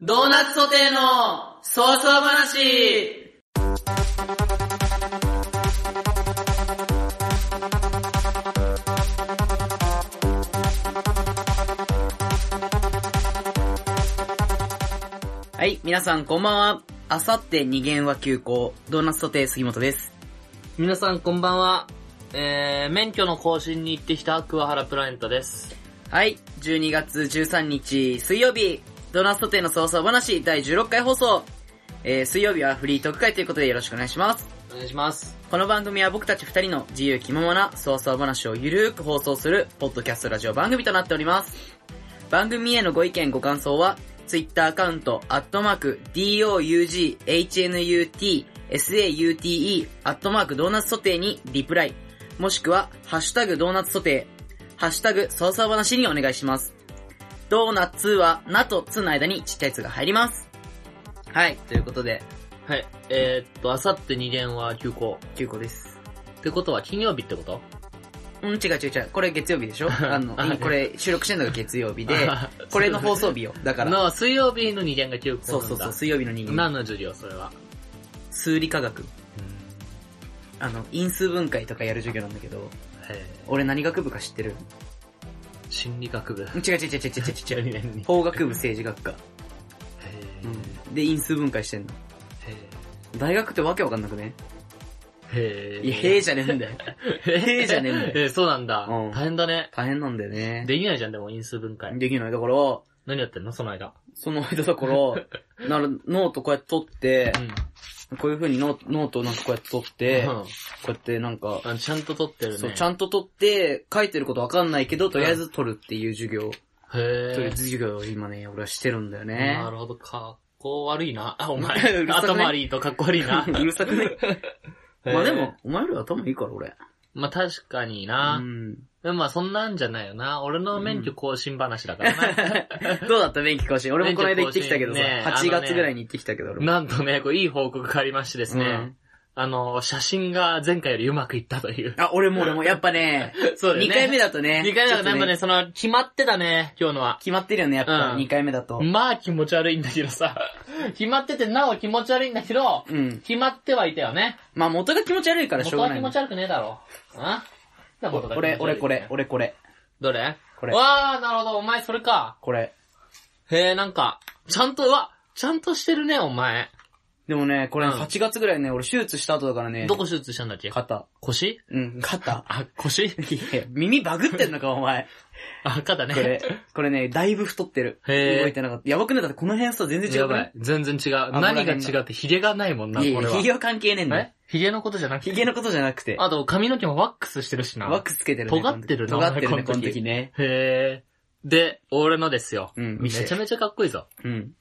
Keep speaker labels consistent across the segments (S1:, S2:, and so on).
S1: ドーナツソテーの早々話はい、皆さんこんばんは。あさって二限は休校、ドーナツソテー杉本です。
S2: 皆さんこんばんは。えー、免許の更新に行ってきた桑原プラネットです。
S1: はい、12月13日水曜日、ドーナツソテーの早々話第16回放送。えー、水曜日はフリー特会ということでよろしくお願いします。
S2: お願いします。
S1: この番組は僕たち二人の自由気ままな早々話をゆるーく放送するポッドキャストラジオ番組となっております。番組へのご意見ご感想は、Twitter アカウント、アットマーク、DOUGHNUT、SAUTE、アットマークドーナツソテーにリプライ、もしくは、ハッシュタグドーナツソテー、ハッシュタグ早々話にお願いします。ドーナツは、なとつの間にちっちゃいつが入ります。はい、ということで、
S2: はい。えー、っと、あさって2限は休校。
S1: 9個です。
S2: ってことは金曜日ってこと
S1: うん、違う違う違う。これ月曜日で しょあの、
S2: あ、
S1: いこれ収録してんのが月曜日で これの放送日よ。だから、
S2: の、水曜日の2限が休校な
S1: そう
S2: んだ。
S1: そうそう、水曜日の人間。
S2: 何の授業それは。
S1: 数理科学。あの、因数分解とかやる授業なんだけど、
S2: え
S1: 俺何学部か知ってる
S2: ー、心 理学部。
S1: うん違う違う違う違う違う違う。
S2: 何々
S1: 法学部政治学科。
S2: へ
S1: う
S2: ー
S1: ん。で、因数分解してんの。大学ってわけわかんなくね
S2: へー。
S1: いや、 へえじゃねえんだよ。へーじゃねえんだよ
S2: えー、そうなんだ。
S1: うん
S2: 大変だね。
S1: 大変なんだよね。
S2: できないじゃん、でも因数分解。
S1: できない。だから、
S2: 何やってんのその間。
S1: その間だから、なるノートこうやって取って
S2: う、ん。
S1: こういう風にノノートをなんかこうやって取って、
S2: う
S1: こ
S2: ん
S1: うやってなんか、
S2: あちゃんと取ってるね。
S1: そう、ちゃんと取って、書いてることわかんないけど、とりあえず取るっていう授業、
S2: へー。
S1: とりあえず授業を今ね、俺はしてるんだよね
S2: な。るほど、かっこ悪いな。 あ、お前
S1: う、るさくない
S2: 頭悪いとかっこ悪いな。
S1: うるさく ね。
S2: へー
S1: まあでも、、お前より頭いいから、俺。
S2: まあ確かに
S1: う
S2: な。
S1: ん。
S2: でもまあそんなんじゃないよな。俺の免許更新話だからな。
S1: どうだった免許更新。俺もこの間行ってきたけどさ、
S2: 免許更新
S1: 8
S2: ね
S1: 月ぐらいに行ってきたけど、俺も。
S2: なんとね、こういい報告がありましてですね。あの、写真が前回よりうまくいったという
S1: うん。あ、俺も俺も、やっぱね、
S2: そうだよね。
S1: 2回目
S2: だ。
S1: だとね、
S2: 2回
S1: ち
S2: 目だ
S1: ょ
S2: と
S1: っと
S2: なんかね、その、決まってたね、今日のは。
S1: 決まってるよね、やっぱ、
S2: うん
S1: 2回目だと。
S2: まあ気持ち悪いんだけどさ。 決まってて、なお気持ち悪いんだけど、
S1: うん。
S2: 決まってはいたよね。
S1: まあ元が気持ち悪いからしょうが
S2: 元は
S1: な
S2: 気
S1: い
S2: 持
S1: の
S2: ち。悪くねえだろ。あ
S1: 俺、俺これ、。俺これ、
S2: どれ
S1: これ
S2: わー、なるほど、お前それか。
S1: これ。
S2: へえ、なんか、ちゃんと、うわ、ちゃんとしてるね、お前。
S1: でもね、これね、
S2: うん
S1: 8月ぐらいね、俺手術した後だからね、
S2: どこ手術したんだっけ
S1: 肩。
S2: 腰
S1: うん、肩。
S2: あ、腰
S1: いや耳バグってんのか、お 前。
S2: あ、肩ね。
S1: これ、これね、だいぶ太ってる。
S2: へー
S1: 動いてなかった。やばくなったこの辺さ、全然違
S2: や
S1: うく
S2: ば。
S1: ない
S2: 全然違う。
S1: の
S2: 何が
S1: 辺
S2: 違うって、ヒゲがないもんな、
S1: い
S2: 俺
S1: やいや、
S2: は。
S1: ヒゲは関係ねえんだよ
S2: え。ヒゲのことじゃなく
S1: ヒ
S2: て。
S1: ゲのことじゃなくて。
S2: あと、髪の毛もワックスしてるしな。
S1: ワックスつけてるね。
S2: 尖ってるな
S1: この時尖ってるね、こ
S2: この
S1: の
S2: 時
S1: 時ね。
S2: ス。へえ。で、俺のですよ。
S1: うん
S2: め
S1: 見せて
S2: ちゃめちゃかっこいいぞ。
S1: うん。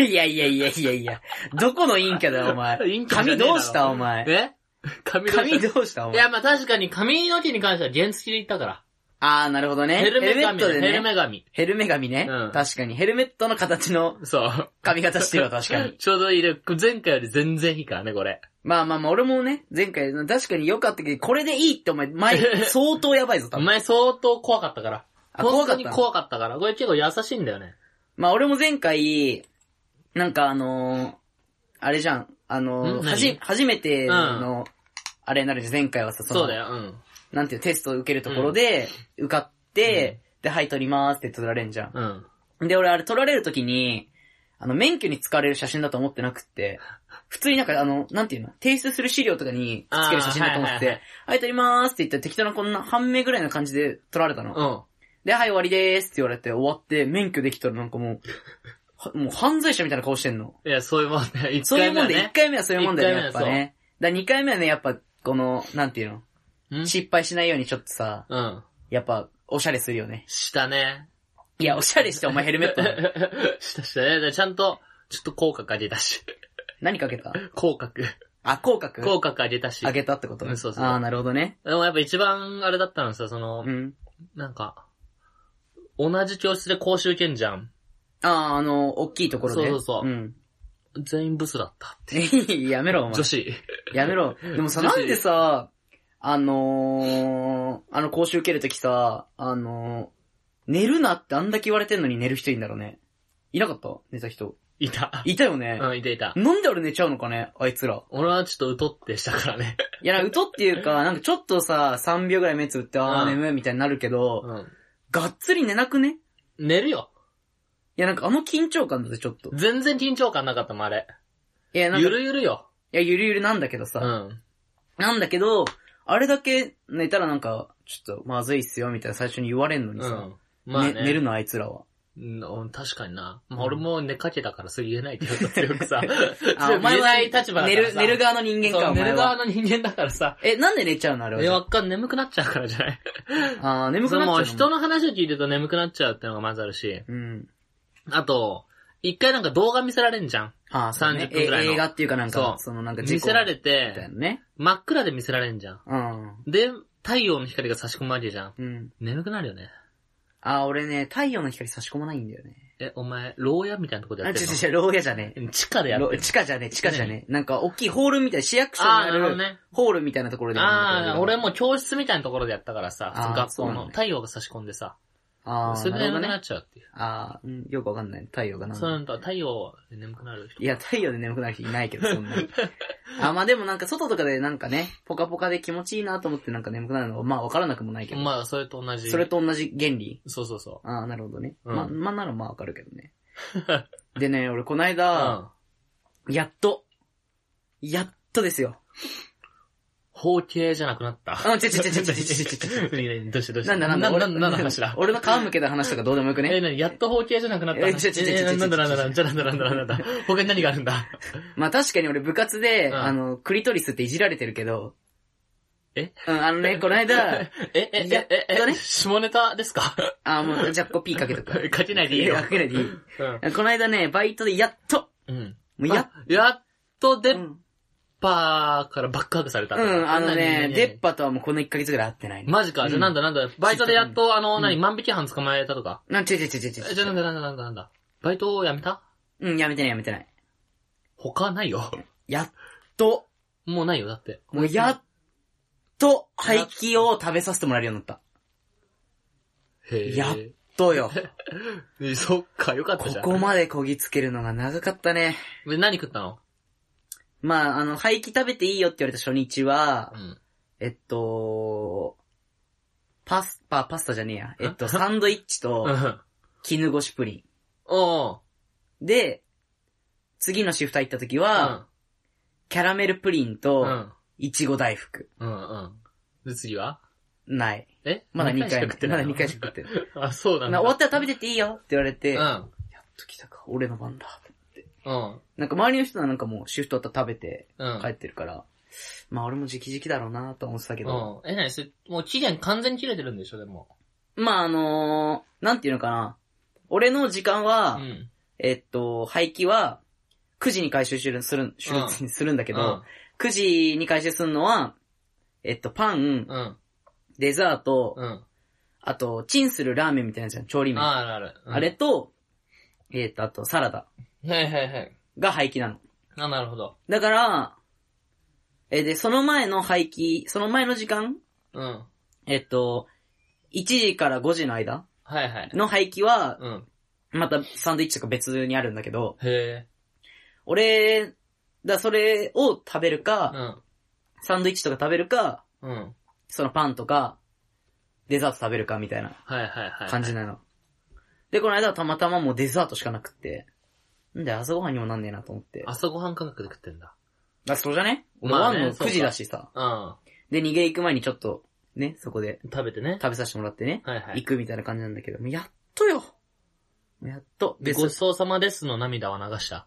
S1: いやいやいやいやいやどこの陰キャだよ、お前。
S2: 陰キャじゃね
S1: 髪
S2: えだろ
S1: どうした、お前。
S2: え髪の毛
S1: 髪どうした、お
S2: い
S1: 前
S2: や、。まあ確かに髪の毛に関しては原付きで行ったから。
S1: あー、なるほどね。
S2: ヘルメ
S1: ッ
S2: 髪
S1: ト
S2: だよ、
S1: で
S2: ヘル
S1: ね。
S2: メ髪。
S1: ヘルメ髪ね
S2: うん。
S1: 確かに。ヘルメットの形の
S2: そう。
S1: 髪型してる わ、確かに。
S2: ちょうどいいね。前回より全然いいからね、これ。
S1: まあまあまあ、俺もね、前回、確かに良かったけど、これでいいってお前、 前、相当やばいぞ、多
S2: お
S1: 分。
S2: 前相当怖かったから。
S1: あ
S2: 本当に
S1: 怖かったの
S2: 怖かったから。これ結構優しいんだよね。
S1: まあ俺も前回、なんかあのーあれじゃん、あの
S2: ん
S1: ー
S2: 何
S1: はじ、初めての、あれになるじゃん、前回はさ、
S2: そうだ
S1: よ。
S2: よ、うん。
S1: なんていうのテストを受けるところで、受かって、で、はい、取りますって取られんじゃ
S2: うん。
S1: ん。で、俺あれ取られるときに、あの、免許に使われる写真だと思ってなくって、普通になんかあの、なんていうの提出する資料とかにくっつける写真だと思っ
S2: あーはいはいはい
S1: て、はい、取りますって言って適当なこんな半目ぐらいの感じで撮られたの。
S2: うん。
S1: で、はい、終わりでーすって言われて、終わって、免許できたらなんかもう、はもう犯罪者みたいな顔してんの。
S2: いや、そういうもんだ よ。
S1: そういうもんで、1
S2: ね。
S1: 回目はそういうもんだよね、
S2: 一
S1: や
S2: 回目は
S1: っぱね。だ2回目はね、やっぱ、この、なんていう
S2: うん
S1: の、失敗しないようにちょっとさ、
S2: うん。
S1: やっぱ、おしゃれするよね。
S2: したね。
S1: いや、おしゃれしてお前ヘルメット なの
S2: したしたね。でちゃんと、ちょっと口角上げたし。
S1: 何かけた
S2: 口角。
S1: あ、口角
S2: 口角上げたし。
S1: 上げたってこと
S2: うんそうそう
S1: あーなるほどね。
S2: でもやっぱ一番あれだったのはさ、その
S1: う、ん。
S2: なんか、同じ教室で講習受けんじゃん。
S1: ああ、あの、大きいところで。
S2: そうそうそう
S1: うん。
S2: 全員ブスだった。
S1: やめろ、お前
S2: 女。子。
S1: やめろ。でもさ、
S2: 女
S1: な
S2: 子
S1: んでさ、あのー、あの講習受けるときさ、あのー、寝るなってあんだけ言われてんのに寝る人いんだろうね。いなかった寝た人。
S2: いた。
S1: いたよね。
S2: うん、いたいた。
S1: なんで俺寝ちゃうのかねあいつら。
S2: 俺はちょっと疎ってしたからね。
S1: い や、うとっていうか、なんかちょっとさ、3秒ぐらい目つぶって、あー
S2: うん
S1: 眠いみたいになるけど、
S2: うん。
S1: がっつり寝なくね
S2: 寝るよ。
S1: いや、なんかあの緊張感だぜ、ちょっと。
S2: 全然緊張感なかったもん、あれ。
S1: いや、なんか、
S2: ゆ
S1: い
S2: るゆるよ。
S1: や、ゆるゆるなんだけど
S2: う
S1: さ。
S2: ん。
S1: なんだけど、あれだけ寝たらなんか、ちょっとまずいっすよ、みたいな最初に言われんのに
S2: う
S1: さ。
S2: ん。まあね。
S1: ね寝るのあいつらは。
S2: うん、確かにな。ま
S1: う
S2: あ、
S1: ん
S2: 俺も寝かけたからそれ言えないけど、強く さ。
S1: あ、
S2: 強く言えない立場だから
S1: 寝る、
S2: さ。
S1: 寝る側の人間
S2: そ
S1: か、
S2: う
S1: お
S2: 寝
S1: 前
S2: る側
S1: は。
S2: の人間だからさ。
S1: え、なんで寝ちゃうのあれは
S2: え、
S1: じゃ
S2: わっかん、眠くなっちゃうからじゃない
S1: あ。あー眠く
S2: そ
S1: な
S2: の
S1: っちゃ
S2: も
S1: う
S2: う人
S1: の。
S2: の話を聞いてると眠くなっちゃうってのがまずあるし。
S1: うん。
S2: あと、一回なんか動画見せられんじゃん。
S1: あー、そうね
S2: 30分ぐらい
S1: え
S2: の
S1: 映画っていうかなん
S2: そ
S1: か、
S2: う
S1: そのなんか事故
S2: 見せられ
S1: みたい
S2: て、
S1: なね。
S2: 真っ暗で見せられんじゃん。
S1: うん。
S2: で、太陽の光が差し込むわけじゃん。
S1: うん。
S2: 眠くなるよね。
S1: あー、俺ね、太陽の光差し込まないんだよね。
S2: え、お前、牢屋みたいなとこで
S1: あ、
S2: や
S1: 違
S2: ってる
S1: う違う、牢屋じゃねえ。
S2: の地下でやって
S1: ろ
S2: る。
S1: 地下じゃねえ、地下じゃねえ。なんか、大きいホールみたいな、市役所に
S2: ああ、
S1: あ
S2: なるほど
S1: る、
S2: ね。
S1: ホールみたいなところでやるんだけど。
S2: ああ、俺も教室みたいなところでやったからさ、
S1: あー
S2: その学
S1: そう
S2: 校
S1: なん
S2: の
S1: だ
S2: 太陽が差し込んでさ、
S1: あ
S2: そ
S1: ー、
S2: れ
S1: な
S2: で
S1: るほ
S2: 眠
S1: ど
S2: くなっ
S1: ね。
S2: ちゃうっていう。
S1: あー、うんよくわかんない。太陽がなんだ
S2: そうなんだ、太陽で眠くなる人。
S1: いや、太陽で眠くなる人いないけど、そんな に。あ、まあでもなんか外とかでなんかね、ポカポカで気持ちいいなと思ってなんか眠くなるのは、まあわからなくもないけど。
S2: まあ、それと同じ。
S1: それと同じ原理。
S2: そうそうそ
S1: ああ、なるほどね。
S2: うん
S1: ま、まあならまあわかるけど ね。でね、俺この
S2: う。
S1: 間、
S2: うん。
S1: やっと、やっとですよ。
S2: 包茎じゃなくなった。
S1: あ違う違う違う違う違う違う
S2: 違う違う。どうしたどうし
S1: な
S2: た
S1: んだなんだ、
S2: な
S1: 俺
S2: んだなんだ話だ。
S1: 俺の皮むけた話とかどうでもよく
S2: え、
S1: ね。
S2: なに、やっと包茎じゃなくなった。
S1: え違う違う違う違う
S2: えなんだなんだなんだ、なんだなんだなんだなんだ。他に何があるんだ。
S1: まあ確かに俺部活で、
S2: うん
S1: あの、クリトリスっていじられてるけど。
S2: え
S1: うん、あのね、この間、
S2: え、え、え、
S1: やっと
S2: え、
S1: ね
S2: え、下ネタですか
S1: あ、もう、じゃあこう P かけとく。
S2: かけないでいい よ
S1: やかけないでいい。
S2: うん
S1: この間ね、バイトでやっと、
S2: うん。
S1: もうやっ
S2: あやっと
S1: と、
S2: 出っ
S1: うん、
S2: 歯からバックハグされたとか。
S1: うんあのね、
S2: 何
S1: 出っ歯とはもうこの1ヶ月ぐらい会ってないね。
S2: マジか、じゃあなんだなんだ、バイトでやっと、あの、何、万引き犯捕まえたとか。
S1: なん、ちょいちょいちょいちょい
S2: え
S1: ち
S2: じゃあ
S1: ょ
S2: ないんだなんだなんだなんだ。バイトを辞めた
S1: うん、やめてないやめてない。
S2: 他ないよ。
S1: やっと、
S2: もうないよ、だって。
S1: もうやっと、廃棄を食べさせてもらえるようになっ
S2: へ
S1: やった。どう よ。
S2: え、そっか、よかった
S1: こ
S2: じゃん。
S1: こまでこぎつけるのが長かったね。
S2: で何食ったの
S1: まあ、あの、廃棄食べていいよって言われた初日は
S2: う、ん。
S1: えっと、パス、パ、パスタじゃねえや。えっと、サンドイッチ
S2: う
S1: と、
S2: ん。
S1: 絹ごしプリ
S2: おー
S1: ン。で、次のシフト行った時は、キャラメルプリン
S2: うん。う
S1: と、
S2: ん。
S1: いちご大福。
S2: うん。うん。で、次は
S1: ない。
S2: え
S1: まだ2回
S2: しか
S1: 目。
S2: 食って
S1: ま
S2: ない
S1: だ
S2: の。
S1: 2回しか食ってない。
S2: あ、そうなん
S1: な
S2: だ。
S1: 終わったら食べてっていいよって言われて、
S2: う
S1: やっ
S2: ん。
S1: と来たか、俺の番だ。
S2: うん。
S1: なんか周りの人はなんかもうシフト終わったら食べて
S2: うん。
S1: 帰ってるから、まあ俺も直々だろうなとは思ってたけど、
S2: うん。え、なに、それ、もう期限完全に切れてるんでしょ、でも。
S1: まああのー、なんていうのかな。俺の時間
S2: う
S1: は、
S2: ん。
S1: えっと、廃棄は、9時に回収する、する、する
S2: う
S1: するんだけ
S2: け
S1: ど、、9時に回収するのは、えっと、パン、
S2: うん。
S1: デザート、
S2: うん。
S1: あと、チンするラーメンみたいなじゃん、調理麺。
S2: あるある。うん
S1: あれと、えっと、あと、サラダ
S2: はいはいはい。
S1: が廃棄なの。
S2: あ、なるほど。
S1: だから、え、で、その前の廃棄、その前の時間、
S2: うん。は
S1: えっと、1時から5時の間
S2: いはい。
S1: の廃棄は、
S2: うん。
S1: またサンドイッチとか別にあるんだけど、
S2: へえ。
S1: 俺、だ、それを食べるか、
S2: うん。
S1: サンドイッチとか食べるか、
S2: うん。
S1: そのパンとか、デザート食べるかみたいな
S2: はいはいはい。
S1: 感じなの。で、この間はたまたまもうデザートしかなくって、んで朝ごはんにもなんねえなと思って。あ、
S2: 朝ごはん感覚で食ってんだ。
S1: だそうじゃね俺
S2: ま
S1: ワ
S2: あね
S1: ンの
S2: そう
S1: 9
S2: か
S1: 時だしさ。
S2: うん。
S1: で、逃げ行く前にちょっと、ね、そこで
S2: 食べてね。
S1: 食べさせてもらってね。
S2: はいは
S1: 行
S2: い。
S1: くみたいな感じなんだけど、やっとよやっと、
S2: で、
S1: で
S2: ごちそうさまですの涙は流した。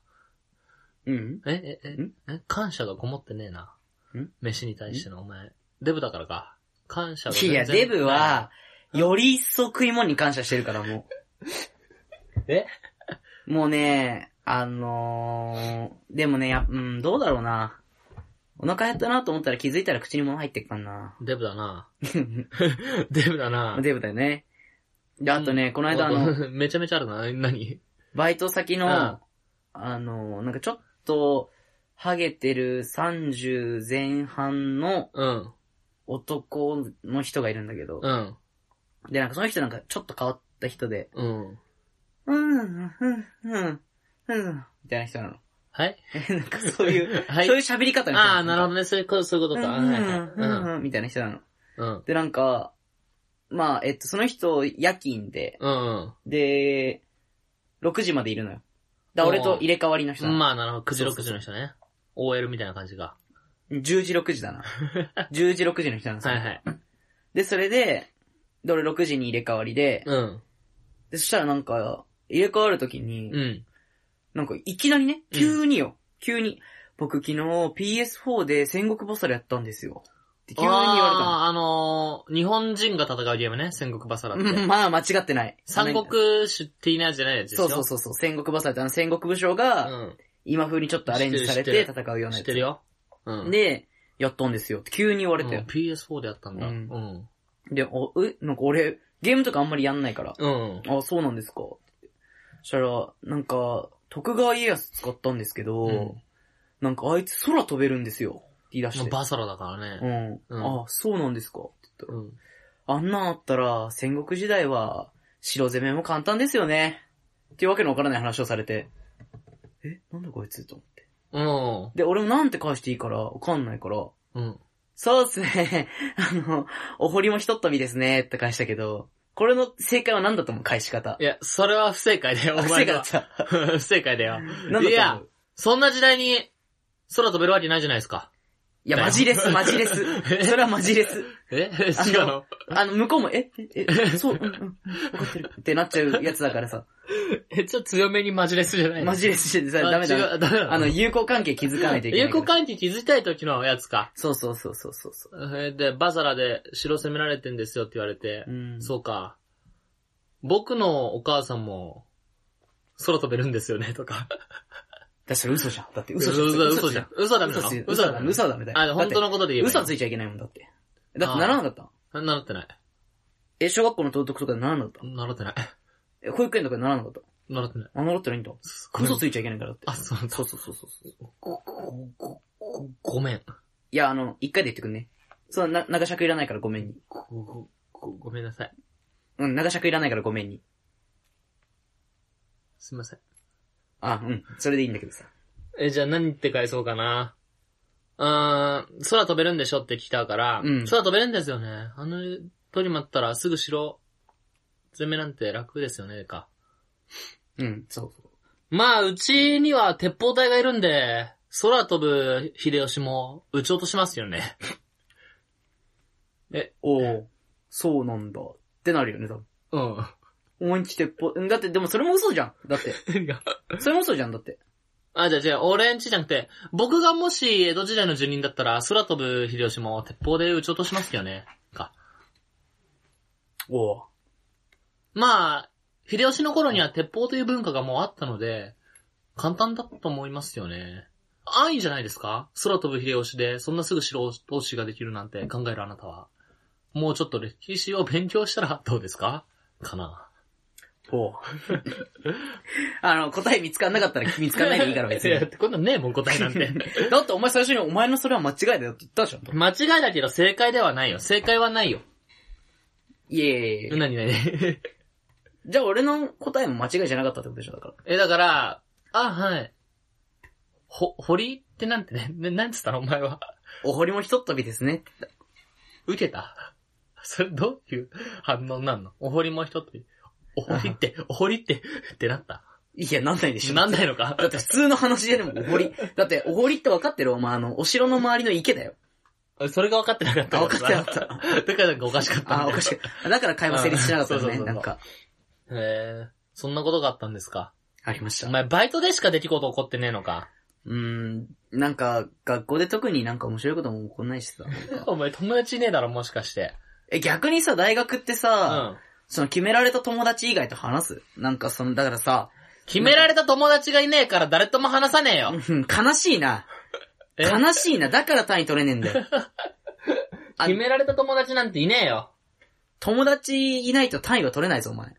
S1: うん。
S2: え、え、
S1: ん
S2: え、え、感謝がこもってねえな。
S1: ん
S2: 飯に対してのお前。デブだからか。感謝が
S1: い
S2: 全
S1: や、
S2: 然
S1: デブは、より一層食い物に感謝してるから、も
S2: ない、え
S1: う。もうね、あのー、でもね、やうん、どうだろうな。お腹減ったなと思ったら気づいたら口に物入ってっかんな。
S2: デブ だな。デブだな。
S1: デブだよね。で、あとね、この間あの、
S2: の、 めちゃめちゃあるな。何
S1: バイト先の、
S2: うん
S1: あの、なんかちょっと、ハゲてる30前半の
S2: うん。
S1: 男の人がいるんだけど、
S2: うん。
S1: で、なんかその人なんかちょっと変わった人で、
S2: うん。
S1: うん、うん、うん、うん、みたいな人なの。
S2: はい
S1: え、なんかそういう、
S2: はい
S1: そういう喋り方の人
S2: ああ、なるほどね。そういうこと、そういうこと
S1: な
S2: か。
S1: の
S2: はいはいはい
S1: うん、うん、うん、みたいな人なの。
S2: うん。
S1: で、なんか、まあ、えっと、その人、夜勤で、
S2: うん。
S1: で、6時までいるのよ。だから俺と入れ替わりの人
S2: う
S1: なの
S2: ん。まあ、なるほど。9時
S1: そうそ
S2: 6
S1: う
S2: 時の人ね。OL みたいな感じが。
S1: 10時6時だな。10時6時の人なんです
S2: は
S1: よ。
S2: いはい。
S1: で、それで、で、俺6時に入れ替わりで、
S2: うん。
S1: でそしたらなんか、入れ替わるときに、
S2: うん。
S1: なんかいきなりね、
S2: うん
S1: 急によ、急に、僕昨日 PS4 で戦国ボサルやったんですよ。って急に言わ
S2: あーあのー、日本人が戦うゲームね。戦国バサラっ
S1: れたの。
S2: て。
S1: まあ間違ってない。
S2: 三国主っていないじゃないやつです
S1: そ
S2: よ。
S1: うそう
S2: そ
S1: そうそう、戦国ボサルってあの戦国武将が、
S2: う。
S1: 今風にちょっとアレンジされ
S2: 知って
S1: て
S2: る知って
S1: 戦うよ
S2: う。
S1: うんな
S2: 知っ
S1: や
S2: て
S1: つ
S2: る。よ。うん。
S1: で、やったんですよって急に言わ
S2: う
S1: れ
S2: ん、
S1: て。
S2: PS4 でやったんだ。う
S1: うん
S2: ん。
S1: で、お、え、なんか俺、ゲームとかあんまりやんないから、
S2: うん。
S1: あ、そうなんですか。そしたら、なんか、徳川家康使ったんですけど、
S2: うん
S1: なんかあいつ空飛べるんですよ。って言い出
S2: も
S1: し
S2: う
S1: て。
S2: バサラだから
S1: う
S2: ね。
S1: ん。
S2: うん
S1: あ、そうなんですか。って言ったら、
S2: うん。
S1: あんなんあったら、戦国時代は、城攻めも簡単ですよね。っていうわけのわからない話をされて、え、なんだこいつと思って。
S2: うん。
S1: で、俺もなんて返していいから、わかんないから、
S2: うん。
S1: そうですね。あの、お堀も一っとみですね、って返したけど、これの正解は何だと思う返し方
S2: い。や、それは不正解だよ、お
S1: あ、正
S2: 前
S1: 解
S2: の
S1: だ
S2: は
S1: っ。た。
S2: 不正解だよ。
S1: なんだと思う
S2: いや、そんな時代に空飛べるわけないじゃないですか。
S1: いや、マジレス、マジレス。 それはマジレス。
S2: え
S1: あ
S2: 違
S1: の
S2: うの
S1: あの、向こうも、え、え、え、そう、うん、うん、わかってる。ってなっちゃうやつだからさ。
S2: え、ちょっと強めにマジレスじゃない
S1: マジレスしてさ、ダメだ
S2: あ違
S1: な。
S2: うダメだ。
S1: あの、友好関係気づかないといけない
S2: 有
S1: から。
S2: 効関係気づいたい時のやつか。
S1: そうそうそうそうそうそ
S2: えーで、バサラで城攻められてんですよって言われて
S1: う。、うん。
S2: そうか。僕のお母さんも、空飛べるんですよね、とか。
S1: だ、それ嘘じゃん。だって嘘じ
S2: 嘘
S1: ゃん。
S2: 嘘嘘じゃん。。嘘だめな
S1: 嘘
S2: の
S1: つい
S2: 嘘
S1: 嘘
S2: だ
S1: だ
S2: め
S1: め、嘘だめだよ。
S2: あ、本当
S1: だっ
S2: のことで
S1: て
S2: 言えばいい。
S1: 嘘はついちゃいけないもんだって。だってならなかったの
S2: 習ってない。
S1: え、小学校の道徳とかでならなかったの
S2: 習ってない。
S1: え、保育園とかでならなかったの
S2: 習ってない。
S1: あ、習ってないんだ。嘘ついちゃいけないからだって。
S2: あ、そうなんだ。
S1: そうそうそうそうそう。
S2: ご、ご、ご、ご、ごめん。
S1: いや、あの、一回で言ってくんね。そう、な、長尺いらないからごめんに。
S2: ご、ご、ご、ごめんなさい。
S1: うん、長尺いらないからごめんに。
S2: すいません。
S1: あ、うん。それでいいんだけどさ。
S2: え、じゃあ何って返そうかな。うーん、空飛べるんでしょって来たから、
S1: うん
S2: 空飛べるんですよね。あの鳥もあったらすぐ城、攻めなんて楽ですよね、か。
S1: うん、そうそう。
S2: まあ、うちには鉄砲隊がいるんで、空飛ぶ秀吉も撃ち落としますよね。
S1: おお、そうなんだ。ってなるよね、多分。
S2: うん。
S1: 思いんち鉄砲。うんだって、でもそれも嘘じゃん。だって。
S2: 何が
S1: それも嘘じゃん、だって。
S2: あ、じゃあ、じゃあ、俺んちじゃなくて、僕がもし江戸時代の住人だったら、空飛ぶ秀吉も鉄砲で撃ち落としますよね。か。
S1: おお。
S2: まあ、秀吉の頃には鉄砲という文化がもうあったので、簡単だったと思いますよね。安易じゃないですか空飛ぶ秀吉で、そんなすぐ城投資ができるなんて考えるあなたは。もうちょっと歴史を勉強したらどうですかかな。
S1: おう あの、答え見つかんなかったら見つかんないでいいから別
S2: いや
S1: に。
S2: こんなんねえもん答えなんて。
S1: だってお前最初にお前のそれは間違いだよって言ったじゃん。
S2: 間違いだけど正解ではないよ。正解はないよ。
S1: いやいやいやいや
S2: なになに
S1: じゃあ俺の答えも間違いじゃなかったってことでしょ、だから。
S2: え、だから、あ、はい。ほ、堀ってなんてね、ね なんつったのお前は。
S1: お堀もひとっ飛びですね。
S2: 受けた それどういう反応なんのお堀も一つ。お堀 って、お堀って、ってなった。
S1: いや、なんないでしょ。
S2: なんないのか
S1: だって普通の話ででもお堀。だってお堀って分かってるお前あの、お城の周りの池だよ。
S2: それが分かってなかった
S1: あ分かってな か
S2: った。だからなんかおかしかったんだ
S1: あ、
S2: よ。
S1: おかしい。だから会話成立しなかったの
S2: うん
S1: ね。
S2: そうそうそう
S1: なんか、
S2: へえ、そんなことがあったんですか。
S1: ありました
S2: お。前バイトでしか出来事起こってねえのか。
S1: うーん、なんか、学校で特になんか面白いことも起こんないしさ。
S2: お前友達いねえだろ、もしかして。
S1: え、逆にさ、大学って
S2: う
S1: さ、
S2: ん。
S1: その決められた友達以外と話すなんかその、だからさ、
S2: 決められた友達がいねえから誰とも話さねえよ。
S1: うん悲しいな。
S2: え
S1: 悲しいな。だから単位取れねえんだよ。あ
S2: 決められた友達なんていねえよ。
S1: 友達いないと単位は取れないぞ、お前。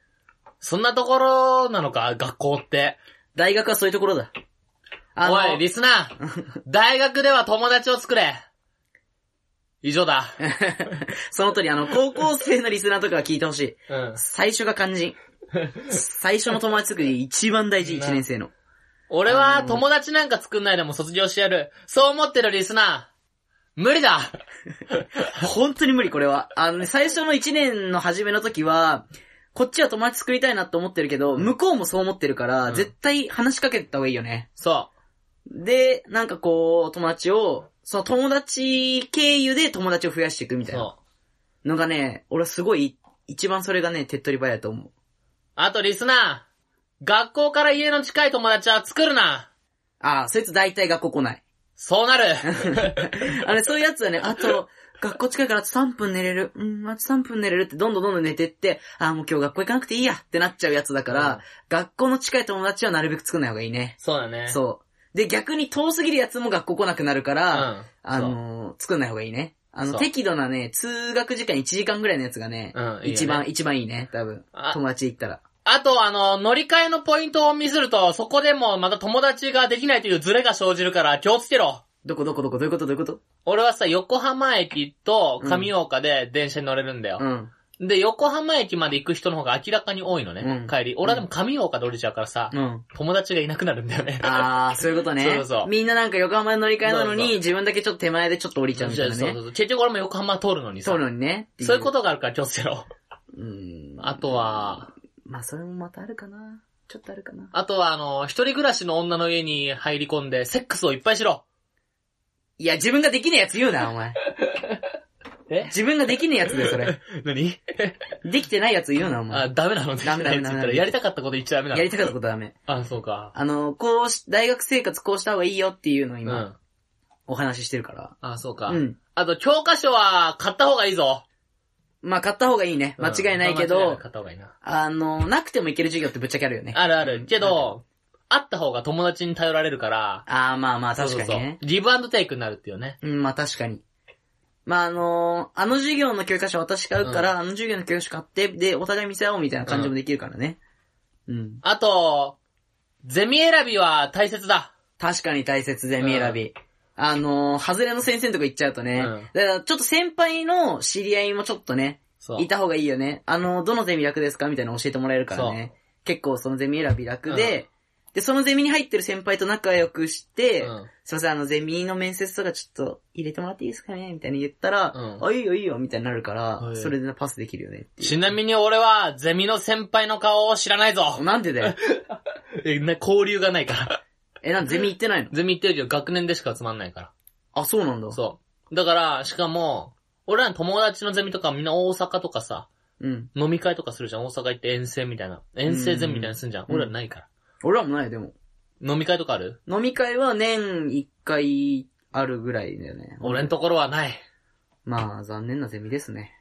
S2: そんなところなのか、学校って。
S1: 大学はそういうところだ。あの、
S2: おい、リスナ ー大学では友達を作れ以上だ。
S1: その通り、あの、高校生のリスナーとかは聞いてほしい。
S2: うん。
S1: 最初が肝心。最初の友達作り一番大事、一年生の。
S2: 俺
S1: あ
S2: は
S1: の
S2: 友達なんか作んないでも卒業してやる。そう思ってるリスナー。無理だ
S1: 本当に無理、これは。あのね、最初の一年の初めの時は、こっちは友達作りたいなと思ってるけど、向こうもそう思ってるから、
S2: うん
S1: 絶対話しかけた方がいいよね。
S2: そ
S1: で、なんかこう、友達を、その友達経由で友達を増やしていくみ
S2: う。
S1: たいな
S2: そう。
S1: のがね、俺はすごい、一番それがね、手っ取り早いと思う。
S2: あとリスナー。学校から家の近い友達は作るな。
S1: ああ、そいつ大体学校来ない。
S2: そう なる。
S1: あれ、そういうやつはね、あと、学校近いからあと3分寝れる。うん、あと3分寝れるってどんどんどんどん寝てって、ああ、もう今日学校行かなくていいやってなっちゃうやつだから、
S2: うん
S1: 学校の近い友達はなるべく作んない方がいいね。
S2: そうだね。う。
S1: そう。で、逆に遠すぎるやつも学校来なくなるか
S2: うん。
S1: ら、あ
S2: そう
S1: のー作んない方がいいね。あ
S2: そ
S1: の、
S2: う
S1: 適度なね、通学時間1時間ぐらいのやつがね、
S2: うんいいよね
S1: 一番、一番いいね、多分
S2: あ。
S1: 友達行ったら。
S2: あと、あの、乗り換えのポイントをミスると、そこでもまた友達ができないというズレが生じるから気をつけろ。
S1: どこどこどこ、どういうことどういうこと
S2: 俺はさ、横浜駅と上岡で電車に乗れるんだよ。
S1: うん。
S2: で、横浜駅まで行く人の方が明らかに多いのね、
S1: うん
S2: 帰り。俺はでも上岡で降りちゃうからさ、
S1: うん。
S2: 友達がいなくなるんだよね。
S1: あー、そういうことね。
S2: そうそうそう
S1: みんななんか横浜に乗り換えなの
S2: そう
S1: に、
S2: そう
S1: 自分だけちょっと手前でちょっと降りちゃうみたいな
S2: そうそう
S1: ね。
S2: そう結局俺も横浜通るのにさ。
S1: そうなのにね。って
S2: そういうことがあるから気をつけろ。
S1: うん。
S2: あとは、
S1: まあ、それもまたあるかな。ちょっとあるかな。
S2: あとはあの、一人暮らしの女の家に入り込んで、セックスをいっぱいしろ。
S1: いや、自分ができねえやつ言うな、お前。
S2: え
S1: 自分ができねえやつだよ、そ れ。
S2: 何
S1: できてないやつ言うな、お
S2: あ、
S1: 前。
S2: ダメなの
S1: ダメダメダメ
S2: できないって言ったらやりたかったこと言っちゃダメなの
S1: やりたかったことはダメ。
S2: あ、そうか。
S1: あの、こうし、大学生活こうした方がいいよっていうのを
S2: う
S1: 今、
S2: ん。
S1: お話ししてるから。
S2: あ、そうか。
S1: うん。
S2: あと、教科書は買った方がいいぞ。
S1: まあ、買った方がいいね。間違いないけ
S2: うん
S1: ど、
S2: まあ間違買った方がいいな。
S1: あの、なくてもいける授業ってぶっちゃけあるよね。
S2: あるある。けど、あった方が友達に頼られるから、
S1: あー、まあまあ、確かにね。
S2: そうそうそうギブアンドテイクになるっていうね。
S1: うん、まあ確かに。まああのーあの授業の教科書私買うから、あの授業の教科書買って、で、お互い見せ合おうみたいな感じもできるからね。うん。
S2: あと、ゼミ選びは大切だ。
S1: 確かに大切で、見選び。あのー、外れの先生のとこ行っちゃうとね。
S2: うん
S1: だから、ちょっと先輩の知り合いもちょっとね、
S2: そう。
S1: いた方がいいよね。あのー、どのゼミ楽ですかみたいなの教えてもらえるからね。結構そのゼミ選び楽で、で、そのゼミに入ってる先輩と仲良くして、
S2: うん
S1: すいません、あの、ゼミの面接とかちょっと入れてもらっていいですかねみたいに言ったら、
S2: うん
S1: あ、いいよいいよ、みたいになるから、
S2: はい
S1: それでパスできるよねっていう
S2: ちなみに俺は、ゼミの先輩の顔を知ら ないぞ。
S1: なんでだよ。
S2: え、な、交流がないから。
S1: え、なんでゼミ行ってないの
S2: ゼミってるより学年でしか集まんないか
S1: あ、そうなんだ。
S2: ら。そう。だから、しかも、俺らの友達のゼミとかみんな大阪とかさ、
S1: う。うん。
S2: 飲み会とかするじゃん。大阪行って遠征みたいな。遠征ゼミみたいなのすんじゃん。
S1: うん
S2: 俺らないか
S1: 俺らもないよでも。
S2: ら。飲み会とかある
S1: 飲み会は年1回あるぐらいだよね。
S2: 俺んところはない。
S1: まあ、残念なゼミですね。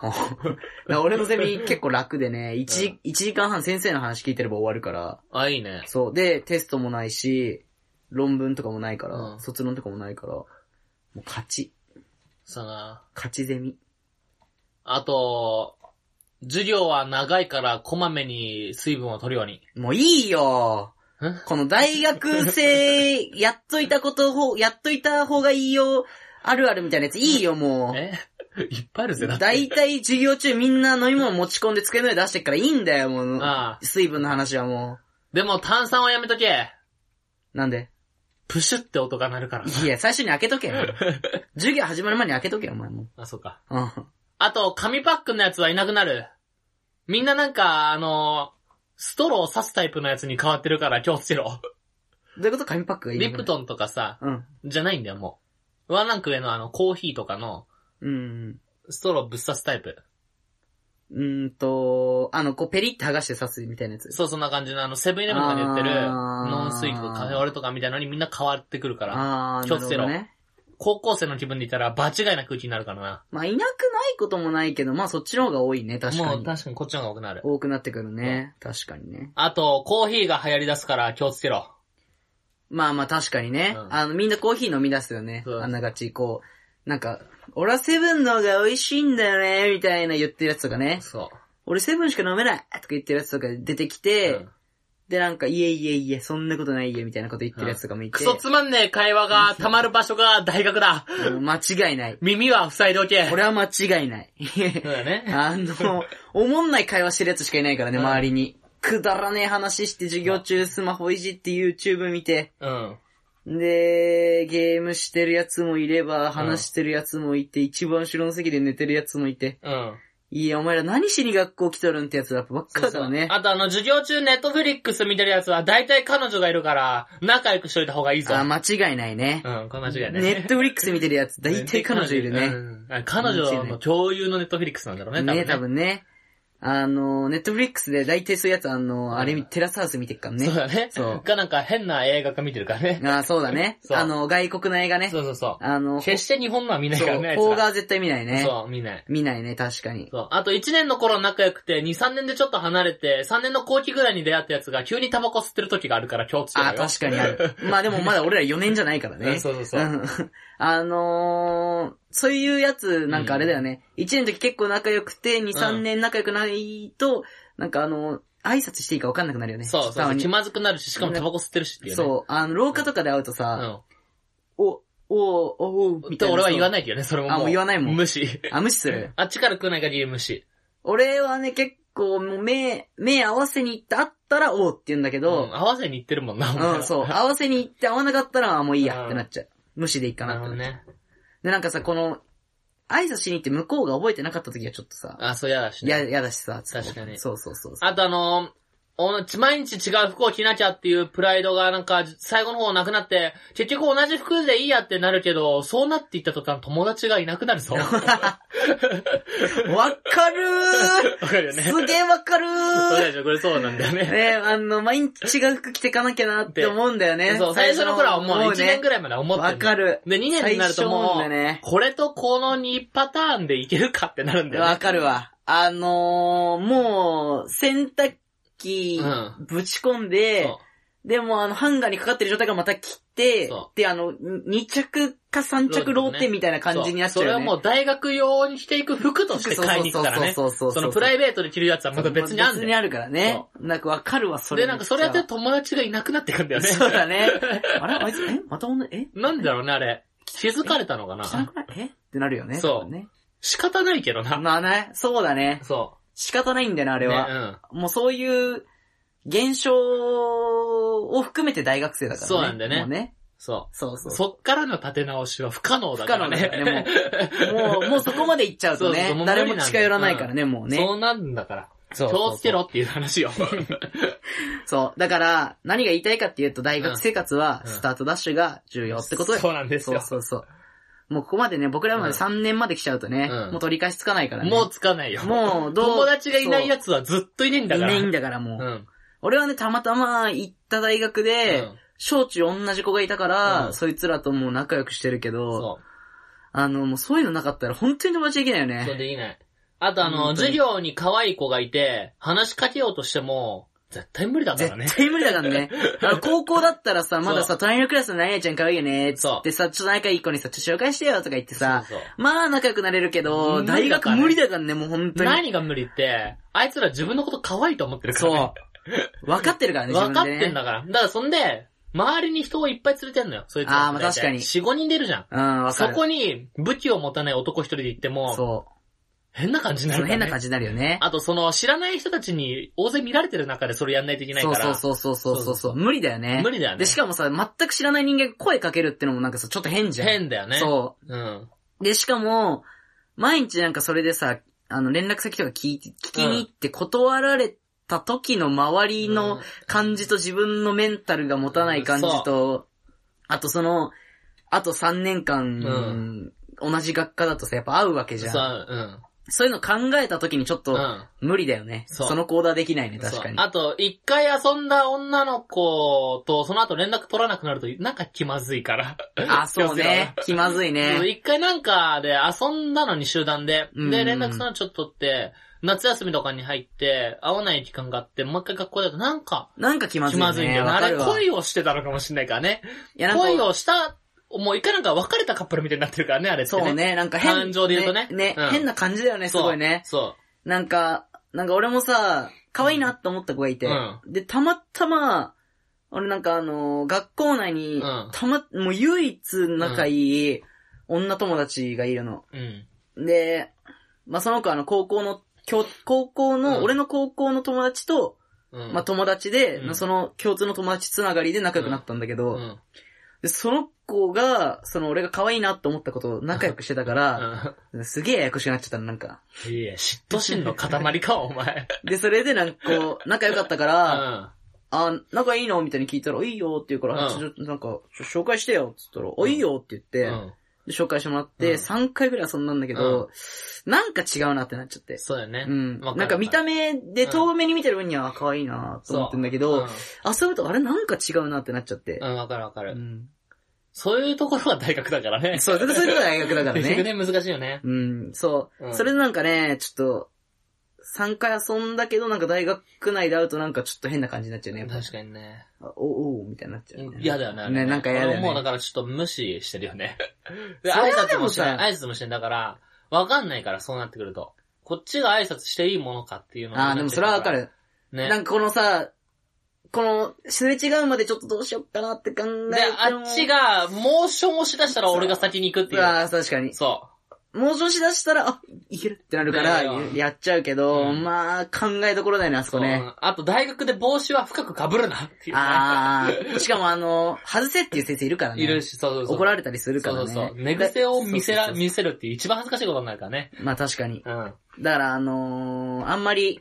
S1: だから俺のゼミ結構楽でね、1,
S2: う
S1: 一時間半先生の話聞いてれば終わるから、
S2: あ、いいね。
S1: そう。で、テストもないし、論文とかもないから、
S2: うん
S1: 卒論とかもないから、もう勝ち。
S2: さあ、
S1: 勝ちゼミ。
S2: あと、授業は長いからこまめに水分を取るように。
S1: もういいよ
S2: ん
S1: この大学 生、やっといたことほ、やっといた方がいいよ、あるあるみたいなやついいよ、もう。
S2: え いっぱいあるぜ、だって。
S1: 大体授業中みんな飲み物持ち込んで机の上出してっからいいんだよ、もう。
S2: ああ
S1: 水分の話はも
S2: でも炭酸はやめとけ。
S1: う。なん で
S2: プシュって音が鳴るから。
S1: いや、最初に開けとけ。授業始まる前に開けとけ、お前もう。
S2: あ、そうか。
S1: うん。
S2: あと、紙パックのやつはいなくなる。みんななんか、あのストローを刺すタイプのやつに変わってるから気をつけろ。
S1: どういうこと紙パックがいいの
S2: リプトンとかさ、
S1: うん。
S2: じゃないんだよ、もう。ワンランク上のあの、コーヒーとかの、
S1: うん。
S2: ストローぶっ刺すタイプ。
S1: うーんと、あの、こう、ペリって剥がして刺すみたいなやつ。
S2: そう、そんな感じの、あの、セブンイレブンとかで売ってる、
S1: あー
S2: ノンスイートとかカフェオレとかみたいなのにみんな変わってくるから、
S1: あー、
S2: 気
S1: な
S2: を
S1: る
S2: つ
S1: ほ
S2: け
S1: ど
S2: ろ
S1: ね。
S2: 高校生の気分でいたら、場違いな空気になるからな。
S1: まあ、いなくないこともないけど、まあ、そっちの方が多いね、確か
S2: もう
S1: に。
S2: 確かにこっちの方が多くなる。
S1: 多くなってくるね。確かにね。
S2: あと、コーヒーが流行り出すから気をつけろ。
S1: まあまあ確かにね。
S2: うん
S1: あの、みんなコーヒー飲み出すよね。
S2: そう
S1: あんながち、こう、なんか、俺はセブンの方が美味しいんだよね、みたいな言ってるやつとかね。
S2: そ
S1: 俺セブンしか飲めないとか言ってるやつとか出てき
S2: う。
S1: て、
S2: うん
S1: で、なんか、いえいえいえ、そんなことないえ、みたいなこと言ってるやつとかもいて。
S2: クソつまんねえ会話が溜まる場所が大学だ。
S1: うん間違いない。
S2: 耳は塞いでおけ。
S1: これは間違いない。
S2: そうだね。
S1: あの、おもんない会話してるやつしかいないからね、
S2: うん
S1: 周りに。くだらねえ話して授業中スマホいじって YouTube 見て、
S2: うん。
S1: で、ゲームしてるやつもいれば、話してるやつもいて、一番後ろの席で寝てるやつもいて、
S2: うん。
S1: いや、お前ら何しに学校来とるんってやつらばっかだからね。
S2: あとあの、授業中ネットフリックス見てるやつは、大体彼女がいるから、仲良くしといた方がいいぞ。
S1: あ、間違いないね。
S2: うん、これ間違いない。
S1: ネットフリックス見てるや つ、大体彼女いるね。
S2: うん。あ彼女の共有のネットフリックスなんだろうね、
S1: ね、多分ね。あの、ネットフリックスで大体そういうやつ、あの、あれ見、テラスハウス見てっからね
S2: そう。だね。
S1: そう
S2: がなんか変な映画か見てるからね。
S1: あそうだね。
S2: そう
S1: あの、外国の映画ね。
S2: そうそうそ
S1: あの、
S2: う。決して日本のは見ない
S1: そ
S2: から
S1: う、
S2: ね。あいつら
S1: 邦画は絶対見ないね。
S2: そう、見ない。
S1: 見ないね、確かに。
S2: そう。あと1年の頃仲良くて、2、3年でちょっと離れて、3年の後期ぐらいに出会ったやつが急にタバコ吸ってる時があるから気をつけろよ。
S1: あ、確かにあ る。まあでもまだ俺ら4年じゃないから
S2: う
S1: ね。
S2: んそうそうそう。
S1: ん あのー、そういうやつ、なんかあれだよね。1年の時結構仲良くて、2、3年仲良くないと、なんかあの挨拶していいか分かんなくなるよね。
S2: そうそう
S1: た
S2: そ
S1: ま
S2: う。
S1: に
S2: 気まずくなるし、しかもタバコ吸ってるしっていうね。
S1: そう、あの、廊下とかで会うと
S2: う
S1: さ、
S2: ん。
S1: お、お、おう、
S2: っ
S1: みた
S2: て
S1: いな。
S2: 俺は言わ
S1: ない。
S2: ないけどね、それも
S1: あもう言わないもん
S2: 無視。
S1: あ、無視する。
S2: あっちから来ない限り無視。
S1: 俺はね、結構もう目、目合わせに行って会ったら、おうって言うんだけど、
S2: ん合わせに行ってるもんな、お前ら
S1: うん、 そう。合わせに行って合わなかったら、あもういいやってなっちゃう。無視でいいか
S2: な
S1: な
S2: る
S1: っ
S2: ほ
S1: て
S2: ど
S1: なっちゃう。
S2: ね。
S1: で、なんかさ、この、挨拶しに行って向こうが覚えてなかった時はちょっとさ、
S2: あ、そうやだしね。
S1: や、やだしさ、つって
S2: 確かに
S1: そうそうそうそう。
S2: あとあのーおのち毎日違う服を着なきゃっていうプライドがなんか、最後の方なくなって、結局同じ服でいいやってなるけど、そうなっていった途端友達がいなくな るぞ。わ
S1: わかる
S2: かる
S1: ー
S2: よね。
S1: すげえわかる
S2: そう
S1: ー
S2: でしょ、これそうなんだよね。
S1: ねあの、毎日違う服着てかなきゃなって思うんだよね。
S2: そう、最初の頃は思う。1年
S1: ね。
S2: ぐらいまでは思って
S1: わ
S2: んの
S1: かる。
S2: で、2年になると
S1: 最初
S2: も
S1: なんだよ
S2: う
S1: ね、
S2: これとこの2パターンでいけるかってなるんだよね。
S1: わかるわ。あのー、もう、洗濯機
S2: う、
S1: ぶち込んで、
S2: そう
S1: でも、あの、ハンガーにかかってる状態からまた切って
S2: そ、
S1: で、あの、2着か3着ローテンみたいな感じになっちゃうよ
S2: そうそれ
S1: ね。
S2: はもう大学用に着ていく服として買いに行くからね。
S1: そうそうそうそうそう
S2: そのプライベートで着るやつはまた別にあん
S1: 別
S2: ね
S1: に
S2: ん。
S1: あるからね。なんかわかるわ、それ。
S2: で、なんかそれやってると友達がいなくなってくんだよね。
S1: そうだね。あれあいつ、えまた女、え
S2: なんだろうね、あれ。気づかれたのか
S1: 汚
S2: な
S1: くないえってなるよね。
S2: そ
S1: 多
S2: う
S1: 分ね。
S2: 仕方ないけどな。
S1: まあね、そうだね。
S2: そ
S1: 仕方ないんだよな、あ
S2: う。
S1: れは。もうそういう、現象を含めて大学生だからね。
S2: そうなんだよね
S1: もうね。
S2: うん。そ。
S1: そうそうう。
S2: そっからの立て直しは不可能だ
S1: 不
S2: か
S1: 可
S2: ら
S1: 能
S2: ね。
S1: だからね、もう。もう、もうそこまで行っちゃうと
S2: そうそうも
S1: ね、
S2: う無理
S1: 誰
S2: なんだ
S1: も
S2: よ
S1: 近寄らないからね、もうね。
S2: そうなんだから。
S1: そう
S2: 気をつけろっていう 話よ。
S1: そう。だから、何が言いたいかっていうと、大学生活は、
S2: うん
S1: スタートダッシュが重要ってことで。
S2: そうなんです
S1: そう
S2: よ。
S1: そうそう。もうここまでね、僕らまで
S2: うん
S1: 3年まで来ちゃうとね、
S2: うん
S1: もう取り返しつかないからね。
S2: もうつかないよ。
S1: もうどう
S2: 友達がいないやつはずっといねえん
S1: い
S2: だから。
S1: ないんだからもう。
S2: うん。
S1: 俺はね、たまたま行った大学で、
S2: うん
S1: 小中同じ子がいたから、
S2: うん
S1: そいつらともう仲良くしてるけど、
S2: そう。
S1: あの、もうそういうのなかったら本当に友達できないよ
S2: そう
S1: ね。
S2: できない。あとあの、
S1: 本当に
S2: 授業に可愛い子がいて、話しかけようとしても、絶対無理だからね。
S1: 絶対無理だからね。 あの、高校だったらさ、まだ
S2: そ
S1: さ、隣のクラスの何々ちゃん可愛いよね、つってさ、ちょっと仲いい子にさ、ちょっと紹介してよとか言ってさ、
S2: そうそう
S1: まあ仲良くなれるけど、
S2: 無理
S1: 大
S2: だか
S1: 学
S2: らね
S1: 無理だからね、もう本当に。
S2: 何が無理って、あいつら自分のこと可愛いと思ってるから、ね
S1: そ。う。分かってるからね、自
S2: 分か
S1: 分
S2: っ
S1: で、ね。
S2: てんだから。だからそんで、周りに人をいっぱい連れてんのよ。そいつ
S1: あ
S2: ら
S1: ーまあ確かに
S2: 4、5人出るじゃん。
S1: うん、わか
S2: そ
S1: る。
S2: こに武器を持たない男一人で行っても、
S1: そ
S2: 変な感じに
S1: う。
S2: な
S1: そ
S2: る
S1: の
S2: から、ね。
S1: 変な感じになるよね。
S2: あとその知らない人たちに大勢見られてる中でそれやんないといけない
S1: そ
S2: か
S1: う
S2: ら。
S1: そうそうそうそうそうそう。無理だよね。
S2: 無理だよね
S1: で、しかもさ、全く知らない人間が声かけるってのもなんかさ、ちょっと変じゃん。
S2: 変だよね。。
S1: そう
S2: うん。
S1: う。で、しかも、毎日なんかそれでさ、あの、連絡先とか聞いて、聞きに行って断られた時の周り
S2: う
S1: の
S2: ん
S1: 感じと自分のメンタルが持たない感じと、あとその、あと3年間、同じ学科だとさ、やっぱ会うわけじゃん。
S2: そう、うん。
S1: そういうの考えた時にちょっ
S2: う
S1: と、
S2: ん。
S1: 無理だよね。
S2: そう
S1: その行動はできないね、確かに
S2: そう。あと、一回遊んだ女の子と、その後連絡取らなくなると、なんか気まずいから。
S1: あ、そうね。気まずい
S2: 気まずいから。そう
S1: ね。
S2: 一回なんかで遊んだのに集団で、
S1: うん
S2: で、連絡その後ちょっと取って、夏休みとかに入って、会わない期間があって、もう一回学校だとなんか、
S1: なんか気まず
S2: 気
S1: いね。
S2: まずいんだよね。
S1: わ
S2: あ
S1: か
S2: れ、
S1: るわ。い
S2: 恋をしてたのかもしれないからね。
S1: や、なんか
S2: 恋をした、もう一回なんか別れたカップルみたいになってるからね、あれってね。
S1: そうね、なんか変。
S2: 感情で言うとね
S1: ね、
S2: うん
S1: 変な感じだよね、す
S2: そう。
S1: ごいね。
S2: そ
S1: なんか、なんか俺もさ、可愛いなって思った子がいて、
S2: うん
S1: で、たまたま、俺なんかあのー学校内に、
S2: うん
S1: たま、もう唯一仲いい女友達がいるの。
S2: うん。
S1: で、まあ、その子はあの、高校の、教高校の、
S2: うん
S1: 俺の高校の友達と、
S2: うん。
S1: まあ、友達で、
S2: うん
S1: まあその共通の友達つながりで仲良くなったんだけど、
S2: うん。
S1: でその子が、その俺が可愛いなって思ったことを仲良くしてたから、すげえややこしくなっちゃったの、なんか。
S2: うん。いや、嫉妬心の塊か、お前。
S1: で、それでなんかこう、仲良かったか
S2: う
S1: ら、
S2: ん。
S1: あ、仲いいのみたいに聞いたら、いいよって言うから、
S2: うん
S1: ちょっとなんか、ちょ紹介してよって言ったら、あ、いいよって言って、
S2: うん。
S1: で紹介してもらって、
S2: うん
S1: 3回ぐらい遊んだんだけど、なんか違うなってなっちゃって。
S2: そうだよね。
S1: うん。
S2: わかる
S1: なんか見た目で
S2: うん
S1: 遠目に見てる分には可愛いなと思ってんだけど、遊ぶとあれなんか違うなってなっちゃって
S2: う。ん、わかるわか
S1: う
S2: る。
S1: ん。
S2: そういうところは大学だからね。
S1: そう、それそういうとこが大学だから
S2: 結局
S1: ね。
S2: ね、難しいよね。
S1: うん、そう。
S2: うん
S1: それでなんかね、ちょっと、3回遊んだけど、なんか大学内で会うとなんかちょっと変な感じになっちゃうね。やっぱ
S2: 確かにね。
S1: あおおみたいになっちゃう、ね。
S2: 嫌だよねあれ。
S1: ね、なんか嫌だよね。
S2: もうだからちょっと無視してるよ ね。で、
S1: それ
S2: 挨
S1: はで
S2: 拶も
S1: も
S2: し
S1: さ
S2: ない。挨拶もしてない。だから、わかんないから、そうなってくると。こっちが挨拶していいものかっていうのが
S1: ああ、でもそれはわか。る。
S2: ね。
S1: なんかこのさ、この、すれ違うまでちょっとどうしよっかなって考えても。
S2: で、あっちが、モーションをしだしたら俺が先に行くっていう。
S1: ああ、確かに。
S2: そ
S1: もう少し出したら、あ、いけるってなるから、
S2: ねえ
S1: やっちゃうけど、
S2: うん。
S1: まあ、考えどころだよね、あそうこね。
S2: うんあと、大学で帽子は深く被るなっていうね。
S1: ああ、しかもあの、外せっていう先生いるからね。
S2: いるし、そうそうそう。
S1: 怒られたりするからね。
S2: そうそうそう。寝癖を見せ
S1: そ
S2: ら、
S1: うそう
S2: 見せるっていう一番恥ずかしいことになるからね。
S1: そうまあ確かに。
S2: うん。
S1: だからあのーあんまり、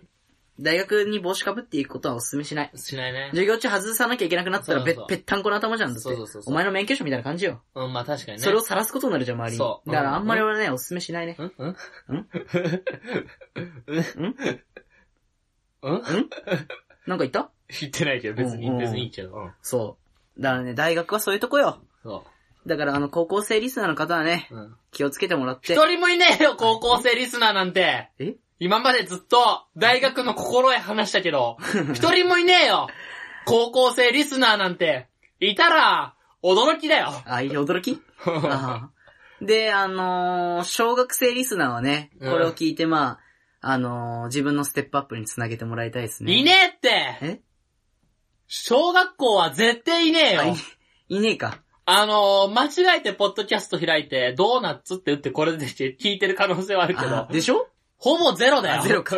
S1: 大学に帽子かぶっていくことはお勧めしない。
S2: しないね。
S1: 授業中外さなきゃいけなくなったら
S2: そう
S1: べ、
S2: そう
S1: ぺ
S2: そう
S1: ったんこの頭じゃんだって。
S2: そうそうそうそう
S1: お前の免許証みたいな感じよ。
S2: うん、まあ確かにね。
S1: それを晒すことになるじゃん、周りに。
S2: そう
S1: だからあんまり俺はね、お勧めしないね。
S2: うんうん
S1: ん
S2: うん
S1: なんか言った
S2: 言ってないけど、別
S1: う
S2: に
S1: ん、うん
S2: 別にいいけど。うん。
S1: そう。だからね、大学はそういうとこよ。
S2: そ
S1: だからあの、高校生リスナーの方はね、
S2: う。うん。
S1: 気をつけてもらって
S2: 一。人もいねえよ、高校生リスナーなんて。
S1: え
S2: 今までずっと、大学の心へ話したけど、一人もいねえよ高校生リスナーなんて。いたら、驚きだよ。
S1: あ、いい驚きあーで、あのー小学生リスナーはね、こ
S2: うん
S1: れを聞いて、まあ、あのー自分のステップアップにつなげてもらいたいですね。
S2: いねえって
S1: え
S2: 小学校は絶対いねえよ
S1: あいいねえか。
S2: あのー、間違えてポッドキャスト開いて、ドーナツって打ってこれで 聞いてる可能性はあるけ
S1: あ
S2: ど
S1: ー、でしょ
S2: ほぼゼロだよ。
S1: あゼロか。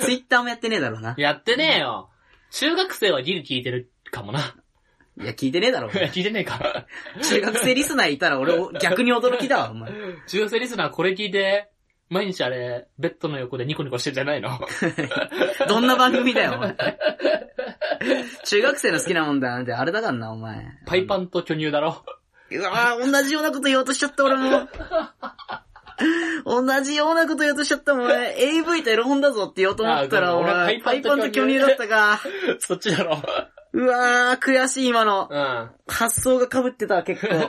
S1: ツイッターもやってねえだろうな。
S2: やってねえよ。中学生はギリ聞いてるかもな。
S1: いや、聞いてねえだろう
S2: いや
S1: な。
S2: 聞いてねえ か。
S1: 中学生リスナーいたら俺を逆に驚きだわ、お前。
S2: 中学生リスナーこれ聞いて、毎日あれ、ベッドの横でニコニコしてんじゃないの
S1: どんな番組だよ、お前。中学生の好きなもんだなんてあれだからな、お前。
S2: パイパンと巨乳だろ。
S1: うわぁ、同じようなこと言おうとしちゃった、俺も。同じようなこと言おうとしちゃったもん、俺。AV とエロ本だぞって言おうと思った
S2: あ
S1: ら、
S2: ごめん
S1: 俺、
S2: 俺
S1: パ
S2: パ
S1: イ
S2: イ
S1: パ
S2: パ
S1: ン
S2: ン
S1: と
S2: と
S1: 巨
S2: 巨
S1: 乳
S2: 乳
S1: だったか。
S2: そっちだろ。
S1: うわぁ、悔しい、今の。
S2: うん。
S1: 発想が被ってたわ、結 構。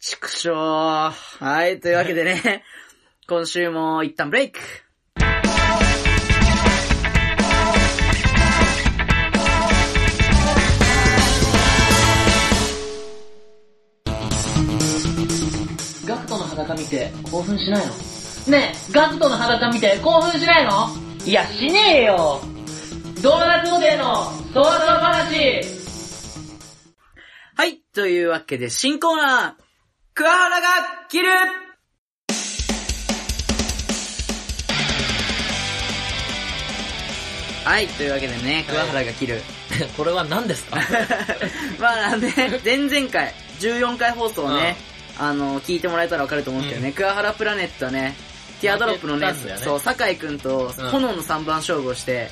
S1: 畜生。はい、というわけでね、今週も一旦ブレイク。
S2: ガクトの裸見て興奮しないのねえ、ガクトの裸見て興奮しないのいや、しねえよドーナツモデのドーナツ話
S1: はい、というわけで新コーナー、桑原が切るはい、というわけでね、桑原が切る。
S2: これは何です か
S1: まあね、前々回、14回放送をね、あの、聞いてもらえたらわかると思うんですけどね、桑原プラネットはね、ティアドロップのね、
S2: 負けたんだよね
S1: そう、酒井くんと
S2: うん
S1: 炎の3番勝負をして、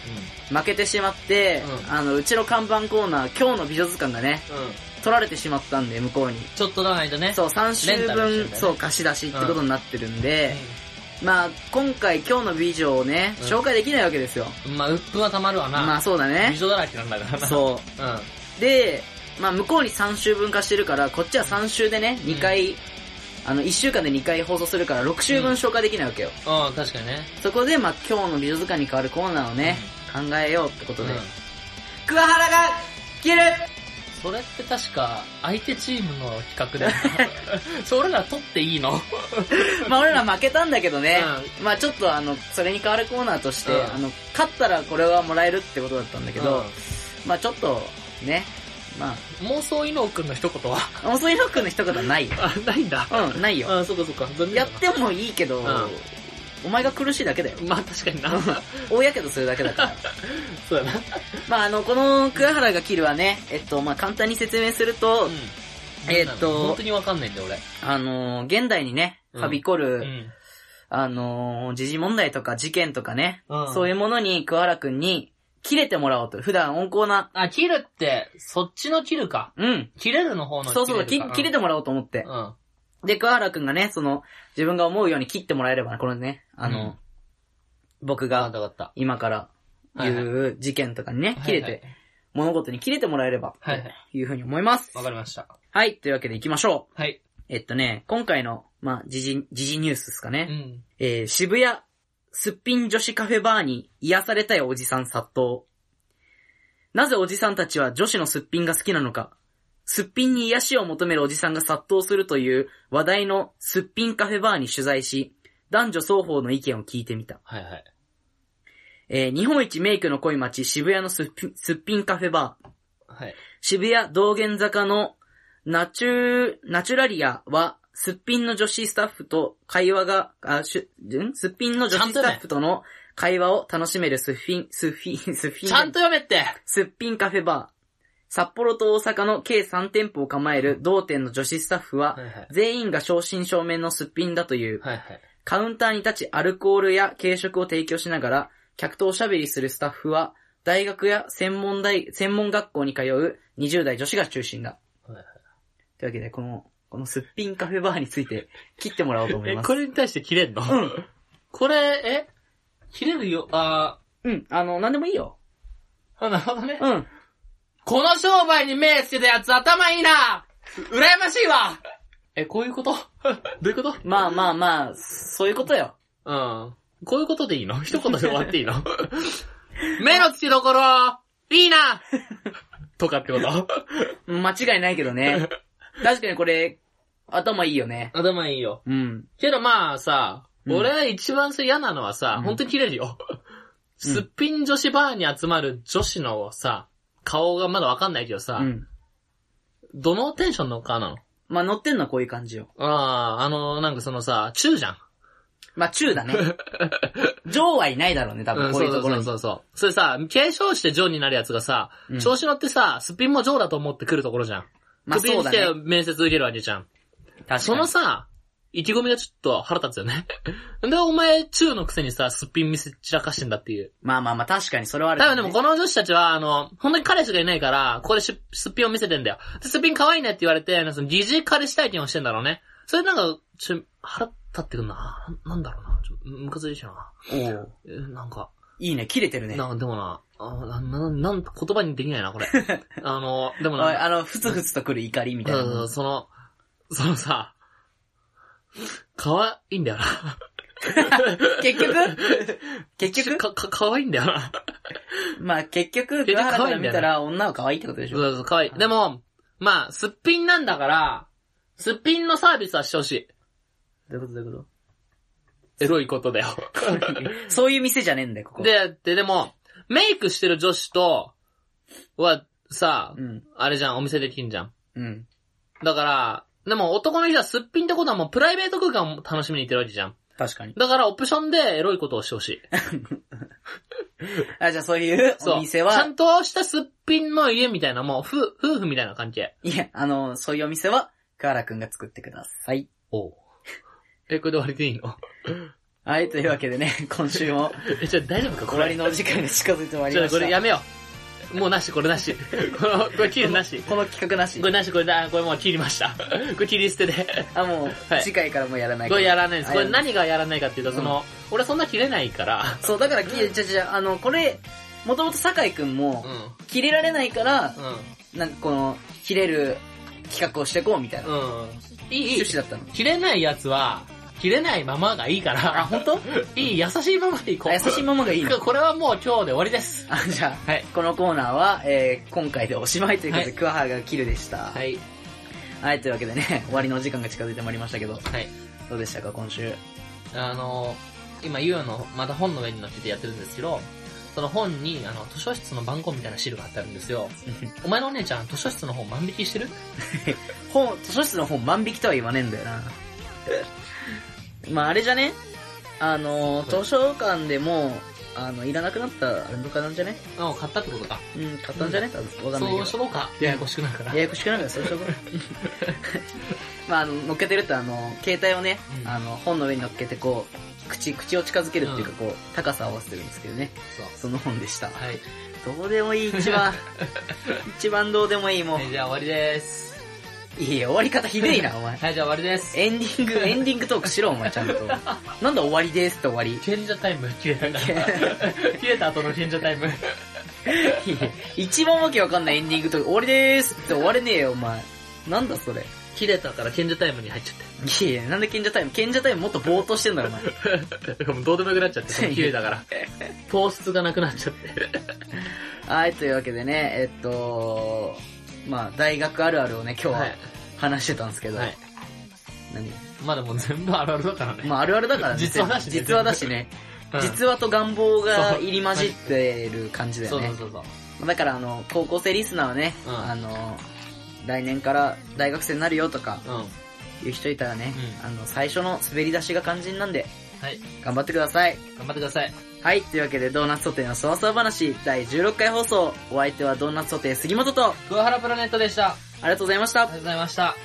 S1: 負けてしまって、
S2: うん
S1: あの、うちの看板コーナー、今日の美女図鑑がね、
S2: うん。
S1: 取られてしまったんで、向こうに。
S2: ちょっとだないとね。
S1: そう、3週
S2: レンタルしてんだ
S1: 分、
S2: よね
S1: そう、貸し出しってことになってるんで、
S2: う
S1: まあ、今回今日の美女をね、
S2: うん
S1: 紹介できないわけですよ。
S2: ん。まあ、鬱憤は溜まるわな。
S1: まあ、そうだ
S2: 美
S1: ね。
S2: 女だらけなんだからな。う。
S1: そ
S2: うん。うん。
S1: う。で、まあ、向こうに3週分貸してるから、こっちは3週でね、
S2: ん
S1: 2回、あの、1週間で2回放送するから、6週分
S2: うん
S1: 紹介できないわけよ。
S2: 確かにね。
S1: そこで、まあ、今日の美女図鑑に変わるコーナーをね、考えようってこと
S2: うん
S1: で。。桑原が、切る
S2: それって確か、相手チームの企画で。 それら取っていいの
S1: まあ俺ら負けたんだけどね、
S2: う
S1: まあちょっとあの、それに代わるコーナーとして、
S2: うん
S1: あの、勝ったらこれはもらえるってことだったんだけど、まあちょっと、ね、ま
S2: 妄想伊能くんの一言は
S1: あ、遅いロックの一言はないよ。
S2: あ、ないんだ。
S1: うん、ないよ。
S2: あ、そっかそっか。残念だ
S1: やってもいいけど、
S2: ん
S1: お前が苦しいだけだよ。
S2: まあ確かにな。
S1: 大やけどするだけだ から。
S2: そうだな。
S1: まああの、この桑原が切るはね、えっと、まあ簡単に説明すると、
S2: うん
S1: えーっと
S2: 本当にわかんないんだよ、俺。
S1: あのー現代にね、
S2: うん
S1: はびこる、
S2: うん。
S1: あのー時事問題とか事件とかね、
S2: うん
S1: そういうものに桑原くんに切れてもらおうと。普段温厚な、
S2: あ、切るって、そっちの切るか。
S1: うん。
S2: 切れるの方の
S1: そうそう、き
S2: か
S1: 切れてもらおうと思って
S2: う。ん。
S1: で、桑原くんがね、その、自分が思うように切ってもらえれば、このね、あの、
S2: うん
S1: 僕
S2: わかっ
S1: が
S2: たわかった。
S1: 今から言う事件とかにね、切れて、物事に切れてもらえれば、と
S2: はいはい
S1: いうふうに思います。
S2: わかりました。
S1: はい、というわけで行きましょう。
S2: はい。
S1: えっとね、今回の、まあ、時事、時事ニュースですかね。
S2: うん。
S1: えー渋谷、すっぴん女子カフェバーに癒されたいおじさん殺到。なぜおじさんたちは女子のすっぴんが好きなのか。すっぴんに癒しを求めるおじさんが殺到するという話題のすっぴんカフェバーに取材し、男女双方の意見を聞いてみた。
S2: はいはい。
S1: えー日本一メイクの濃い街渋谷のすっぴんすっぴんカフェバー。
S2: はい。
S1: 渋谷道玄坂のナチュ、ナチュラリアは、すっぴんの女子スタッフと会話が、あ、しゅ、んすっぴんの女子スタッフとの会話を楽しめるすっぴん、すっぴん、 すっぴん、
S2: ちゃんと読めって
S1: すっぴんカフェバー。札幌と大阪の計3店舗を構える同店の女子スタッフは
S2: はい、はい。
S1: 全員が正真正銘のすっぴんだという、
S2: はいはい。
S1: カウンターに立ちアルコールや軽食を提供しながら、客とおしゃべりするスタッフは、大学や専門大、専門学校に通う20代女子が中心だ。
S2: はいはい
S1: というわけで、この、このすっぴんカフェバーについて切ってもらおうと思い
S2: え、
S1: ます。
S2: これに対して切れんの
S1: うん。
S2: これ、え切れるよ、あ
S1: うん、あの、なんでもいいよ。
S2: ーあ、なるほどね。
S1: うん。
S2: この商売に目つけたやつ頭いいな羨ましい わえ、こういうこと どういうこと
S1: まあまあまあ、そういうことよ。
S2: うん。こういうことでいいの一言で終わ っていいの目のつきどころ、いいなとかってこと
S1: 間違いないけど ね。確かにこれ、 頭いいよね。
S2: 頭いいよ。
S1: うん。
S2: けどまあさ、
S1: うん
S2: 俺は一番それ嫌なのはさ、
S1: うん
S2: 本当に切れるよ。
S1: うん
S2: すっぴん女子バーに集まる女子のさ、顔がまだわかんないけどさ、
S1: うん。
S2: どのテンションの顔なの
S1: まあ乗ってんのはこういう感じよ。
S2: ああ、あの、なんかそのさ、中じゃん。
S1: まあ中だ ね。上はいないだろうね、多分こういうところに。
S2: そうそうそうそう。それさ、継承してジョーになるやつがさ、
S1: うん
S2: 調子乗ってさ、すっぴんもジョーだと思ってくるところじゃん。
S1: まあ
S2: 首
S1: そう
S2: に
S1: だ
S2: し
S1: ね
S2: て。面接受けるわけじゃん。そのさ、意気込みがちょっと腹立つよね。 で、お前、中のくせにさ、すっぴん見せ散らかしてんだっていう。
S1: まあまあまあ、確かにそれはある、
S2: 多分でもこの女子たちは、あの、本当に彼氏がいないから、ここでしすっぴんを見せてんだよ。ですっぴん可愛いねって言われて、その疑似彼氏体験をしてんだろうね。それなんか、ちょ、腹立ってくんな。ななんだろうな。ちょムカついてきたな。
S1: おう
S2: えなんか、
S1: いいね、切れてるね。
S2: な、でもな、あな、な、なん、言葉にできないな、 これ。あの、でも
S1: おい
S2: な、
S1: あの、ふつふつとくる怒りみたいな。
S2: うんその、そのさ、かわいいんだよ な。
S1: 結 局結局
S2: か、か、かわいいんだよな。
S1: まあ結局、
S2: 結局
S1: 桑原か
S2: 可愛
S1: ら
S2: いん
S1: 見
S2: だよね
S1: たら女は可愛いってことでし
S2: そう
S1: ょ。
S2: そう、かわいい。でも、まあ、すっぴんなんだから、すっぴんのサービスはしてほしい。
S1: どういうことどういうこ
S2: エロいことだよ。
S1: とそういう店じゃねえんだよ、ここ。、
S2: で、で、でも、メイクしてる女子と、は、さ
S1: う、ん、
S2: あれじゃん、お店できんじゃん。
S1: うん。だ
S2: だから、でも男の人はすっぴんってことはもうプライベート空間を楽しみに行ってるわけじゃん。
S1: 確かに。
S2: だからオプションでエロいことをしてほしい。
S1: あ、じゃあそういう
S2: そう。
S1: お店
S2: ちゃ
S1: は、
S2: んとしたすっぴんの家みたいな、もう夫夫婦みたいな関係。
S1: いや、あの、そういうお店は、桑原くんが作ってください。
S2: おう。え、これで終わりでいいの
S1: はい、というわけでね、今週も
S2: え、じゃあ大丈夫かこ
S1: 終わり
S2: れ。
S1: のお時間が近づいてまいり
S2: ちょ
S1: ま
S2: っ
S1: し
S2: と
S1: た。
S2: これやめよう。もうなし、これなし。 この、これ切るなし。
S1: この企画なし
S2: こ。れなし、これな、これもう切りました。 これ切り捨てで。
S1: あ、もう、
S2: はい
S1: 次回からもうやらない
S2: これやらないです。
S1: は
S2: これ何がやらないかっていうと、その、俺そんな切れないから、
S1: そう、だから、きじゃじゃあの、これ、もともと酒井くんも
S2: うん、。
S1: 切れられないから、
S2: う
S1: なんかこの、切れる企画をしていこうみたいな、
S2: ん。うん。いい、いい
S1: 趣旨だったの。
S2: 切れないやつは、切れないままがいいか
S1: あ、
S2: ら、
S1: 本当？
S2: いい、優しいままでいこう。
S1: 優しいままがいいの
S2: これはもう今日で終わりで す。
S1: あ、じゃあ、
S2: はい。
S1: このコーナーは、えー、今回でおしまいということ
S2: は
S1: で、
S2: い
S1: 桑原が切るでした。は。
S2: はいい。
S1: というわけでね、 終わりのお時間が近づいてまいりましたけど、
S2: はい。
S1: どうでしたか、今週。
S2: あの、今、ユウの、また本の上に載っててやってるんですけど、その本に、あの、図書室の番号みたいなシールが貼ってあるんですよ。お前のお姉ちゃん、図書室の本万引きしてる
S1: 本、図書室の本万引きとは言わねえんだよな。 まああれじゃねあの、図書館でも、あの、いらなくなったあれとかなんじゃね
S2: あ、買ったってことか。
S1: うん、買ったんじゃね多分、わかんない
S2: そうし
S1: け
S2: と
S1: ど。
S2: こうか。ややこしくなるから。
S1: ややこしくなるから、そう しとこう。まああの、乗っけてると、あの、携帯をね、
S2: うん
S1: あの、本の上に乗っけて、こう、口、口を近づけるっていうか、こう、高さを合わせてるんですけどね。
S2: そう。
S1: その本でした。
S2: はい。
S1: どうでもいい、一 番。一番どうでもいい、もう
S2: はい。じゃあ終わりです。
S1: いいや、終わり方ひでえな、お前。
S2: はい、じゃあ終わりです。
S1: エンディン グ、エンディングトークしろ、お前ちゃんと。なんだ終わりですって終わり。
S2: 賢者タイム切れたから。切れた後の賢者タイム。
S1: 一番わけわかんないエンディングトーク、終わりですって終われねえよ、お前。なんだそれ。
S2: 切れたから賢者タイムに入っちゃっ
S1: いやいや、なんで賢者タイム賢者タイムもっとぼーっとしてんだ ろ、お前。
S2: て。もうどうでもよくなっちゃ って、その切れたから。糖質がなくなっちゃって。
S1: はい、というわけでね、えっと、まあ、大学あるあるをね、今日は
S2: はい。
S1: 話してたんですけど、
S2: はい。
S1: 何
S2: まあでも全部あるあるだからね。
S1: まあ、あるあるだからね。
S2: 実話だしね
S1: 実話だしね。
S2: うん
S1: 実話と願望が入り混じってる感じだ
S2: そ
S1: よ
S2: う
S1: ね
S2: そう。そうそう。
S1: だから、あの、高校生リスナーはね、
S2: うん
S1: あの、来年から大学生になるよとか、
S2: うん。は
S1: いう人いたらね、
S2: うん
S1: あの、最初の滑り出しが肝心なんで、
S2: い。
S1: 頑張ってください。
S2: 頑張ってください。
S1: はい、というわけで、ドーナツソテーのそわそわ話、第16回放送、お相手はドーナツソテー杉本と、あり
S2: 桑原プラネットでした。あ
S1: が
S2: り
S1: とうございました
S2: がと。うございました。